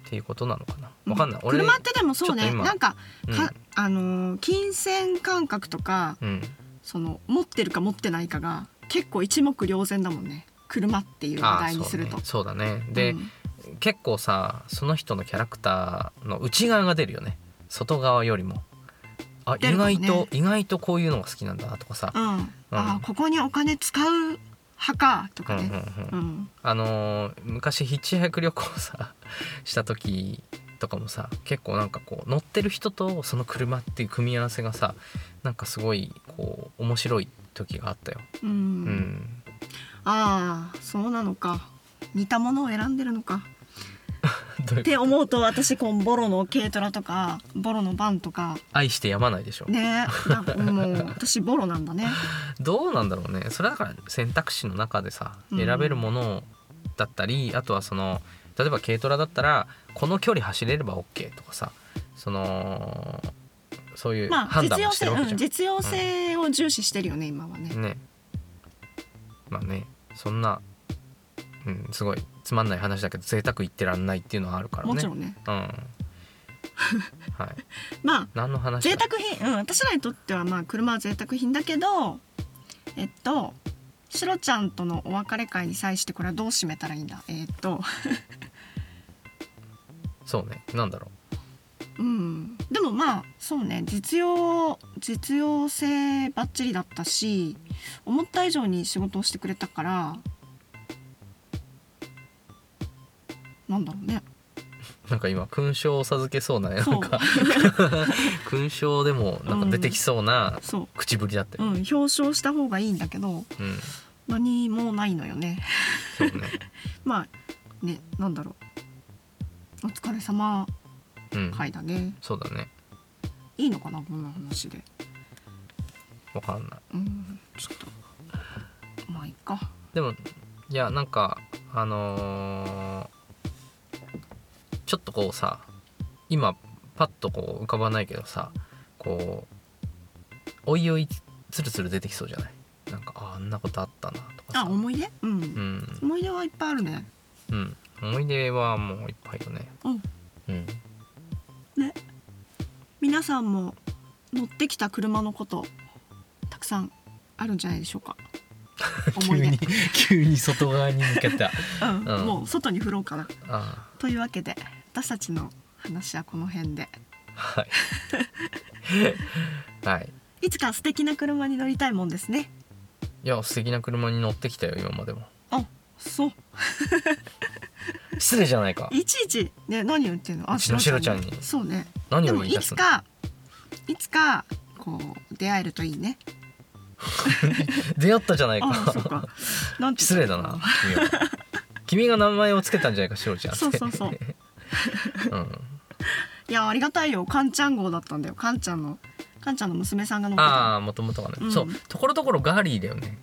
C: っていうことなのかなわかんない、俺
B: 車ってでもそう
C: ちょっ
B: ね
C: と今
B: なんか
C: うん
B: か、あのー金銭感覚とか
C: うん、
B: その持ってるか持ってないかが結構一目瞭然だもんね車っていう話
C: ああ
B: 題
C: そ
B: に
C: う
B: すると
C: ね、そうだねで、
B: うん
C: 結構さその人のキャラクターの内側が出るよね外側よりもあ
B: 出
C: 意
B: るかもね
C: 外と意外とこういうのが好きなんだなとかさ、
B: うんあここにお金使う派かと
C: うん
B: か
C: うんう
B: ね、
C: ん
B: うん
C: あのー昔ヒッチハイク旅行さした時とかもさ結構なんかこう乗ってる人とその車っていう組み合わせがさなんかすごいこう面白い時があったよ。
B: うん
C: うん、
B: ああそうなのか似たものを選んでるのか
C: どうい
B: っ
C: う
B: て思うと私このボロの軽トラとかボロのバンとか
C: 愛してやまないでしょ。
B: ねだもう私ボロなん
C: [LAUGHS]
B: だね
C: どうなんだろうねそれはだから選択肢の中でさ
B: うん
C: 選べるものだったり、あとはその例えば軽トラだったらこの距離走れれば OK とかさそのそういう
B: まあ
C: 判断
B: 実
C: も
B: 用
C: して
B: 性、
C: るわけ
B: う
C: じゃ
B: ん、
C: ん。
B: 実用性を重視してるよね今はね
C: ねまあねそんな、うん、すごいつまんない話だけど贅沢言ってらんないっていうのはあるからね
B: もちろんね
C: うんはい
B: まあ
C: 何の話だ
B: 贅沢品、うん、私らにとってはまあ車は贅沢品だけどえっとシロちゃんとのお別れ会に際してこれはどう締めたらいいんだえっと
C: そうねなんだろ
B: うんでもまあそうね実用実用性ばっちりだったし思った以上に仕事をしてくれたからなんだろうね
C: うなんか今勲章を授けそうなな
B: そうん
C: か勲章でもなんか出てきそうな
B: そ
C: 口ぶりだった
B: う、う
C: よ、
B: ん、表彰した方がいいんだけど
C: うん
B: 何もないのよね [LAUGHS]
C: そうね、
B: まあねなんだろうお疲れ様
C: うん
B: 会だね
C: そうだね
B: いいのかなこんな話で
C: わかんない
B: うんちょっとまあいいか
C: でもいやなんかあのーちょっとこうさ今パッとこう浮かばないけどさこうおいおいつるつる出てきそうじゃないなんかああんなことあったなとか
B: あ
C: さ
B: 思い出うん、
C: うん、
B: 思い出はいっぱいあるね
C: うん、思い出はもういっぱいよね
B: うん
C: うん
B: 皆さんも乗ってきた車のことたくさんあるんじゃないでしょうか思い出、
C: [LAUGHS] 急に外側に向けた
B: うん
C: うん
B: もう外に振ろうかな
C: [LAUGHS] あ
B: というわけで私たちの話はこの辺で
C: あはいはい
B: いつか素敵な車に乗りたいもんですね
C: いや素敵な車に乗ってきたよ今までも
B: あそう
C: 失礼じゃないか
B: いちいちね何言ってんのあ
C: うちのシロちゃんに
B: シロそうね
C: 何
B: で
C: を
B: も
C: 言い
B: い
C: 出す
B: つ
C: の
B: かいつかこう出会えるといいね
C: 出会ったじゃない
B: あそっ
C: か [LAUGHS]
B: かなんて言った
C: 失礼だな君は君が名前をつけたんじゃないかしろちゃんって
B: そうそうそう
C: うん、
B: いやありがたいよカンちゃん号だったんだよカンちゃんのカンちゃんの娘さんが乗ってた
C: [LAUGHS] ああもともとがね、
B: うん
C: そうところどころガーリーだよね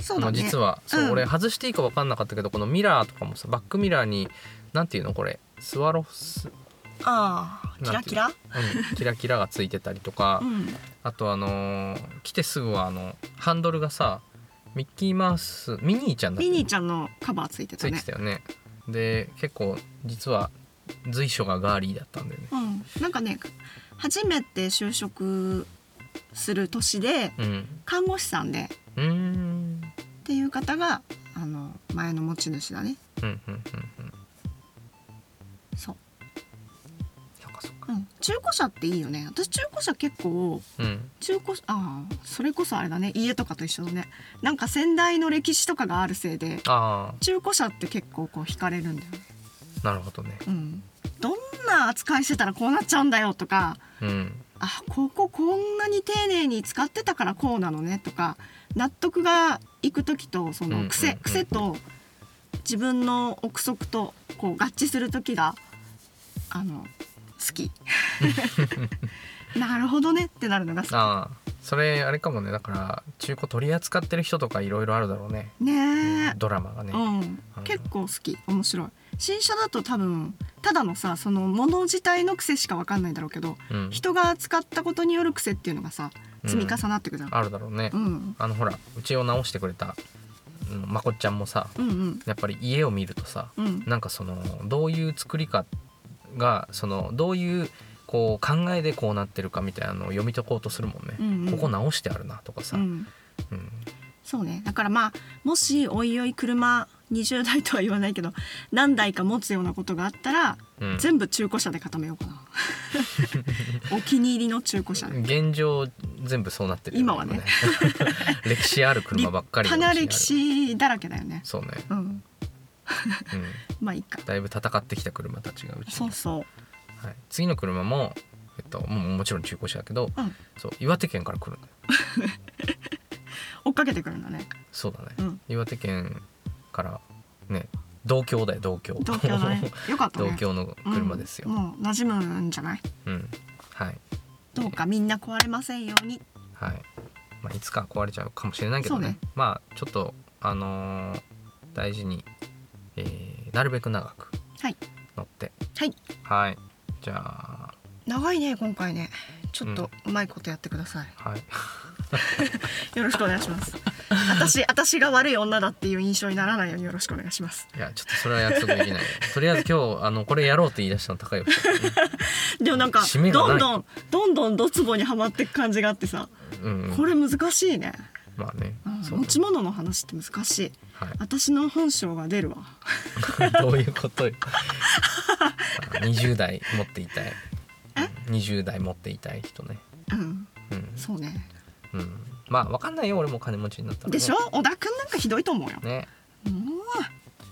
B: そうだ
C: もう
B: ね
C: 実はそう、
B: うん
C: 俺外していいか分かんなかったけどこのミラーとかもさバックミラーになんていうのこれスワロフス、
B: ああキラキラ
C: うん、キラキラがついてたりとか、
B: うん
C: あとあのー来てすぐはあのハンドルがさミッキーマウスミニーちゃんだっけ
B: ミニーちゃんのカバーついて
C: つ
B: た
C: い
B: ね
C: てたよねで結構実は随所がガーリーだったんだよね
B: うんなんかね初めて就職する年で
C: うん
B: 看護師さんで
C: うーん
B: っていう方があの前の持ち主だね
C: うんうんうんうん
B: そう、
C: そっかそっか
B: うん、中古車っていいよね私中古車結構
C: うん
B: 中古ああそれこそあれだね家とかと一緒だねなんか先代の歴史とかがあるせいで
C: あ
B: 中古車って結構こう惹かれるんだよね
C: あなるほどね
B: うんどんな扱いしてたらこうなっちゃうんだよとか
C: うん
B: あこここんなに丁寧に使ってたからこうなのねとか納得がいく時とそ
C: うんうんう
B: の
C: ん
B: 癖,、癖と自分の憶測とこう合致する時があの好
C: [LAUGHS]
B: きなるほどねってなるのが好
C: ああそれあれかもねだから中古取り扱ってる人とかいろいろあるだろうね
B: きね
C: ドラマがね
B: え、うん、結構好き面白い新車だと多分ただのさその物自体の癖しか分かんないだろうけど
C: うん
B: 人が使ったことによる癖っていうのがさ
C: うん
B: 積み重なってくじゃん、
C: あるだろうね、
B: うん、
C: あのほらうちを直してくれた、うん、まこっちゃんもさ
B: うんうん
C: やっぱり家を見るとさ
B: うん
C: なんかそのどういう作りかがそのどういうこう考えでこうなってるかみたいなのを読み解こうとするもんね、
B: うんうん
C: ここ直してあるなとかさ、
B: う
C: うん
B: んそうねだからまあもしおいおい車20代とは言わないけど何台か持つようなことがあったら、
C: うん
B: 全部中古車で固めよ
C: [LAUGHS]
B: うかなお気に入りの中古車で
C: 現状全部そうなってるよ
B: 今はね
C: [LAUGHS] 歴史ある車ばっかり
B: 立
C: の
B: 派な
C: うちにある
B: 歴史だらけだよね
C: そうね、
B: うん
C: うん、
B: まあいいか
C: だいぶ戦ってきた車たちがうちに
B: そうそう
C: はい、次の車も、えっと、もうもちろん中古車だけど、
B: うん
C: そう岩手県から来るんだよ
B: 追っかけてくるんだね
C: そうだね、
B: うん
C: 岩手県からね同郷だよ同郷
B: 同郷だ
C: [LAUGHS]
B: ねよかったね
C: 同郷の車ですよ
B: うん、もう馴染むんじゃない
C: うん、はい
B: どうかみんな壊れませんように
C: はい、まあ、いつか壊れちゃうかもしれないけどね
B: そうね
C: まあちょっとあのー大事に、えーなるべく長く
B: はい
C: 乗って
B: はい
C: はいじゃあ
B: 長いね今回ねちょっとうまいことやってください、
C: はい
B: よろしくお願い
C: [LAUGHS]
B: します。私、私が悪い女だっていう印象にならないようによろしくお願いします。
C: いやちょっとそれは約束できない [LAUGHS] とりあえず今日あのこれやろうって言い出したの
B: [LAUGHS]
C: 高いよ、
B: でもなんか、
C: 締めが
B: ど
C: なんい
B: どん、どんどんドツボにはまっていく感じがあってさ、
C: うん、
B: これ難しいね。
C: まあね、
B: うん
C: そうね
B: 持ち物の話って難しい。
C: はい
B: 私の本性が出るわ。
C: どういう [LAUGHS] ことよ。20代持っていたい。20代持っていたい人ね。
B: うん、
C: うん。
B: そうね。
C: うん。まあわかんないよ俺も金持ちになったら、ね。
B: でしょ小田くんなんかひどいと思うよ。
C: ね。
B: も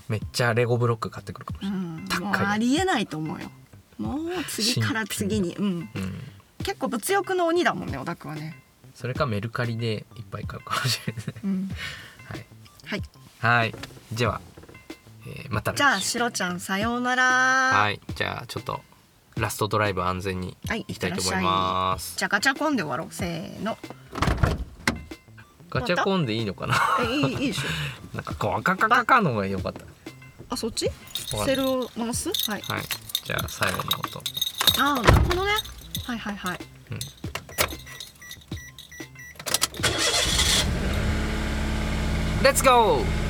C: めっちゃレゴブロック買ってくるかもし
B: う、う
C: れない。
B: ん、
C: 高
B: も
C: いう
B: ありえないと思うよ。もう次から次に、うん。
C: うん。
B: 結構物欲の鬼だもんね、小田くんはね。
C: それかメルカリでいっぱい買うかもしれない。
B: うん。
C: はい。
B: はい。
C: はい。では、えーまた来週
B: じゃあ、しろちゃん、さようなら。
C: はい。じゃあちょっとラストドライブ安全に
B: はい
C: 行きたいと思います。
B: じゃあガチャコンで終わろうせーの
C: ガチャコンでいいのかな。 [LAUGHS]
B: えいいいいでしょ
C: なんかこうカカカカの方が良かった。
B: あそっち
C: わかんない
B: セルを回すはい
C: はい。じゃあ最後の音。
B: ああなるほどねはいはいはい
C: レッツゴー